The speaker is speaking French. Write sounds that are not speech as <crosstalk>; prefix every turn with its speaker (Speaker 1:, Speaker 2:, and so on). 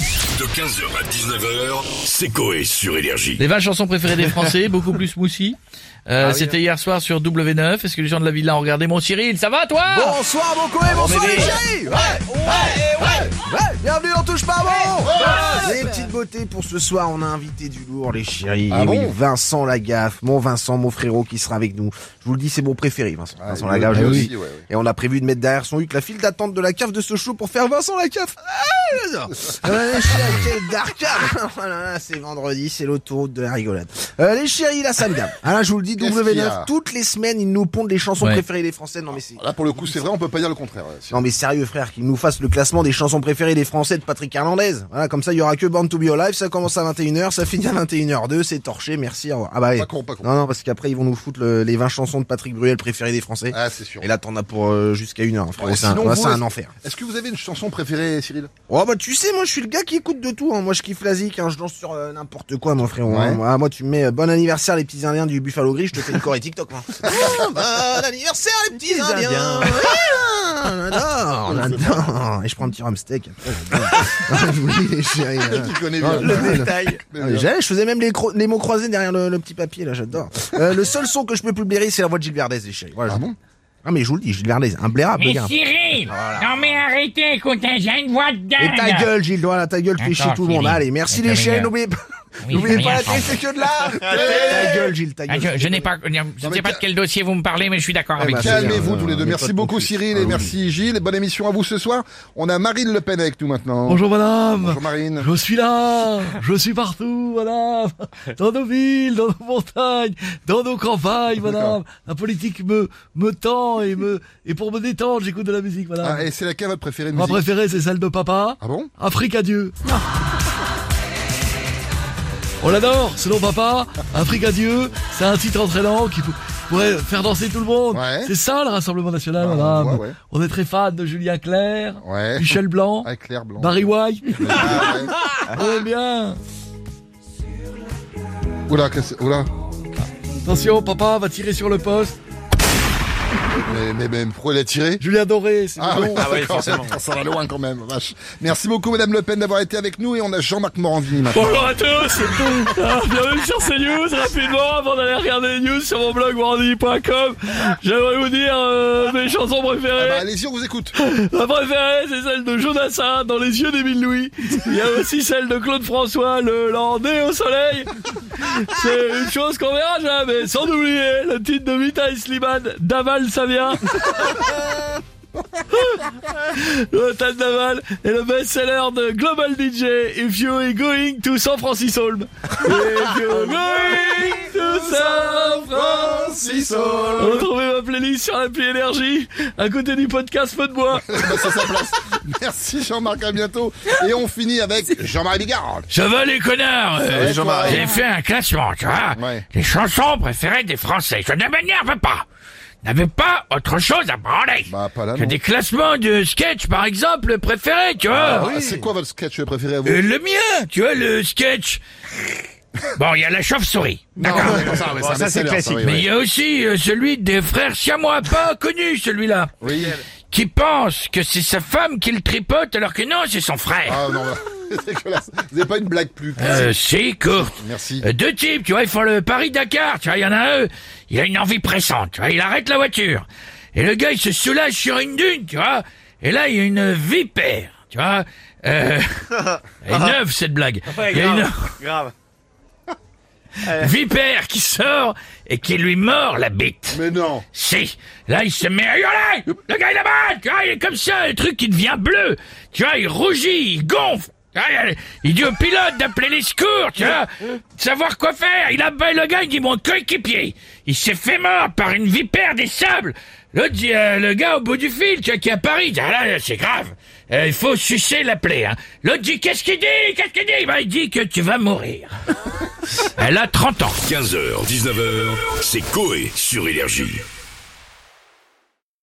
Speaker 1: De 15h à 19h, c'est Coé sur Énergie.
Speaker 2: Les 20 chansons préférées des Français, beaucoup plus moussi.
Speaker 3: Ah
Speaker 2: Euh,
Speaker 3: hein.
Speaker 2: C'était hier soir sur W9. Est-ce que les gens de la villa ont regardé Mon Cyril, ça va toi
Speaker 4: Bonsoir mon coé, bonsoir les chéris ouais, ouais, ouais, ouais. Bienvenue dans Touche pas bon Les petites beautés pour ce soir, on a invité du lourd les chéris. Et oui, Vincent Lagaffe, mon Vincent, mon frérot qui sera avec nous. Je vous le dis, c'est mon préféré Vincent,
Speaker 5: Ah,
Speaker 4: Vincent Lagaffe. je le dis. Et on a prévu de mettre derrière son huc la file d'attente de la cave de ce show pour faire Vincent Lagaffe. Ah, <laughs> j'adore. Euh, les chéris, quel d'arcade <laughs> Oh là là, C'est vendredi, c'est l'autoroute de la rigolade. Euh, les chéris, la samedi. Ah là, je vous le dis,
Speaker 6: qu'il y a
Speaker 4: W9, toutes les semaines, ils nous pondent les chansons
Speaker 2: Ouais.
Speaker 4: préférées des Français. Non mais c'est...
Speaker 6: Là, pour le coup, c'est vrai, on peut pas dire le contraire. ouais. C'est-
Speaker 4: Non mais sérieux frère, qu'il nous fasse le classement des chansons préférées des Français de Patrick Hernandez. Voilà, comme ça il y aura que Born to Be Alive, ça commence à 21h, ça finit à 21h02, c'est torché, merci. au revoir. Ah bah oui.
Speaker 6: Pas con, pas con.
Speaker 4: Non non, parce qu'après ils vont nous foutre le- les 20 chansons de Patrick Bruel préférées des Français.
Speaker 6: Ah, c'est sûr.
Speaker 4: Et là t'en as pour euh, jusqu'à une heure, hein, frère.
Speaker 6: Ouais,
Speaker 4: c'est un,
Speaker 6: sinon,
Speaker 4: ouais,
Speaker 6: vous,
Speaker 4: c'est un
Speaker 6: est-ce-
Speaker 4: enfer.
Speaker 6: Est-ce que vous avez une chanson
Speaker 4: <laughs>
Speaker 6: préférée, Cyril
Speaker 4: Oh bah tu sais, moi je suis le gars qui écoute de tout. hein. Moi je kiffe la zik, hein. je danse sur euh, n'importe quoi, mon frérot. hein.
Speaker 6: Ouais.
Speaker 4: Moi, moi, tu me mets euh, bon anniversaire les petits Indiens du Buffalo Gris, je te fais une choré TikTok. Hein. bon anniversaire les petits Indiens. on adore. Et je prends un petit rhum steak. après, j'adore. Je vous dis, les chéris, hein.
Speaker 6: Tu connais
Speaker 4: <laughs>
Speaker 6: bien.
Speaker 4: Le
Speaker 2: détail.
Speaker 4: Ah, mais j'allais, je faisais même les, cro- les mots croisés derrière le, le petit papier là, j'adore. Euh, le seul son que je peux publier, c'est la voix de Gilles Verdez, les chéris. Voilà,
Speaker 6: Ah
Speaker 4: je-
Speaker 6: bon
Speaker 4: Ah mais je vous le dis, Gilles Verdez, un blairable, le
Speaker 3: Mais
Speaker 4: gars.
Speaker 3: Cyril
Speaker 2: Ah,
Speaker 3: Non mais arrêtez, écoutez, j'ai une voix de dingue
Speaker 4: Et ta gueule, Gilles, voilà, ta gueule, tu fais
Speaker 3: Attends,
Speaker 4: chier tout le monde.
Speaker 3: Cyril.
Speaker 4: Allez, merci
Speaker 3: Attends,
Speaker 4: les
Speaker 3: mais,
Speaker 4: chiens,
Speaker 3: euh,
Speaker 4: n'oubliez pas,
Speaker 3: Oui,
Speaker 4: n'oubliez
Speaker 3: rien
Speaker 4: pas la
Speaker 3: faire.
Speaker 4: télé, c'est que de l'art. Ta gueule, Gilles, ta
Speaker 3: Ah,
Speaker 4: gueule.
Speaker 3: je je n'ai pas, je ne sais pas de quel dossier vous me parlez, mais je suis
Speaker 2: Eh
Speaker 3: d'accord avec
Speaker 2: ben,
Speaker 4: bah,
Speaker 3: vous.
Speaker 4: c'est-
Speaker 6: <laughs> Calmez-vous
Speaker 4: euh,
Speaker 6: tous les
Speaker 5: Ah,
Speaker 6: deux.
Speaker 4: mes
Speaker 6: Merci
Speaker 4: potes
Speaker 6: beaucoup,
Speaker 4: non plus.
Speaker 6: Cyril, et merci, Gilles. Et bonne émission à vous ce soir. On a Marine Le Pen avec nous maintenant.
Speaker 5: Bonjour madame
Speaker 6: Bonjour, Marine.
Speaker 5: Je suis là Je suis partout, madame Dans nos villes, dans nos montagnes, dans nos campagnes, madame La politique me, me tend et me et pour me détendre, j'écoute de la musique, madame.
Speaker 6: Ah, et c'est laquelle votre préférée de
Speaker 5: Ma
Speaker 6: musique
Speaker 5: préférée, c'est celle de papa.
Speaker 6: Ah bon
Speaker 5: Afrique adieu On l'adore, selon papa, Afrique adieu, c'est un titre entraînant qui pou- pourrait faire danser tout le monde.
Speaker 6: Ouais.
Speaker 5: C'est ça le Rassemblement National,
Speaker 6: Ah, on
Speaker 5: madame.
Speaker 6: voit, ouais.
Speaker 5: On est très fan de Julien Clerc,
Speaker 6: Ouais.
Speaker 5: Michel Blanc,
Speaker 6: Avec Ah, Claire Blanc.
Speaker 5: Barry White.
Speaker 6: Ah, ouais.
Speaker 5: <laughs> On aime bien.
Speaker 6: Oula, qu'est-ce- oula.
Speaker 5: Attention, papa va tirer sur le poste.
Speaker 6: Mais, mais, mais pourquoi il a tiré
Speaker 5: Julien Doré, c'est
Speaker 6: Ah,
Speaker 5: bon.
Speaker 6: oui, d'accord, Ça va loin quand même, vache. Merci beaucoup, Madame Le Pen, d'avoir été avec nous. Et on a Jean-Marc Morandini maintenant.
Speaker 5: Bonjour à tous Ah, Bienvenue sur CNews, rapidement, avant d'aller regarder les news sur mon blog brandy.com, j'aimerais vous dire euh, mes chansons
Speaker 6: Ah bah,
Speaker 5: préférées.
Speaker 6: allez-y, on vous écoute.
Speaker 5: Ma préférée, c'est celle de Jonassin, dans les yeux d'Émile Louis. Il y a aussi celle de Claude François, le landais au soleil. C'est une chose qu'on verra jamais, sans oublier le titre de Vita Slimane, Daval ça vient. <laughs> L'hôtel Naval est le best-seller de Global DJ If You Are Going to San Francisco. If You're Going to San Francisco. Retrouvez ma playlist sur l'appli Énergie à côté du podcast Feu de Bois.
Speaker 6: Bah, c'est sa place. <laughs> Merci, Jean-Marc, à bientôt. Et on finit avec Jean-Marie Bigard.
Speaker 3: Ça va les connards euh,
Speaker 6: Ouais, Jean-Marie.
Speaker 3: J'ai fait un classement, tu vois.
Speaker 6: Ouais.
Speaker 3: Les chansons préférées des Français. Je ne m'énerve pas. N'avais pas autre chose à branler.
Speaker 6: Bah, pas là,
Speaker 3: que
Speaker 6: non.
Speaker 3: des classements de sketch, par exemple, préférés, tu vois.
Speaker 6: Ah, C'est quoi votre sketch préféré à vous
Speaker 3: Euh, le mien, tu vois, le sketch. Bon, il y a la chauve-souris. D'accord.
Speaker 6: Non, ça, ouais, c'est un best-seller, ça, oui,
Speaker 3: Mais il
Speaker 6: ouais.
Speaker 3: y a aussi euh, celui des frères siamois, pas connu celui-là,
Speaker 6: Oui.
Speaker 3: qui pense que c'est sa femme qui le tripote alors que non, c'est son frère.
Speaker 6: Ah non, <laughs> c'est dégueulasse. Vous n'avez pas une blague plus.
Speaker 3: Euh, c'est court.
Speaker 6: Ah, Merci.
Speaker 3: Euh, Deux types, tu vois, ils font le Paris-Dakar, tu vois, il y en a un, il a une envie pressante, tu vois, il arrête la voiture. Et le gars, il se soulage sur une dune, tu vois, et là, il y a une vipère, tu vois.
Speaker 6: <laughs>
Speaker 3: Euh, elle est neuve, cette blague. Il y a une
Speaker 7: Grave.
Speaker 3: vipère qui sort et qui lui mord la bite.
Speaker 6: Mais non.
Speaker 3: Si, là il se met à hurler Le gars il est là-bas, tu vois, il est comme ça, le truc il devient bleu, tu vois, il rougit, il gonfle, Tu vois, il dit au pilote d'appeler les secours, tu vois, de savoir quoi faire, il appelle le gars, il dit mon coéquipier, il s'est fait mort par une vipère des sables L'autre dit, euh, le gars au bout du fil, tu vois, qui est à Paris, il dit, ah là, c'est grave, Euh, il faut sucer la plaie, hein. L'autre dit, qu'est-ce qu'il dit, qu'est-ce qu'il dit Ben, il dit que tu vas mourir. Elle a 30 ans.
Speaker 1: 15h, 19h, c'est Coé sur Énergie.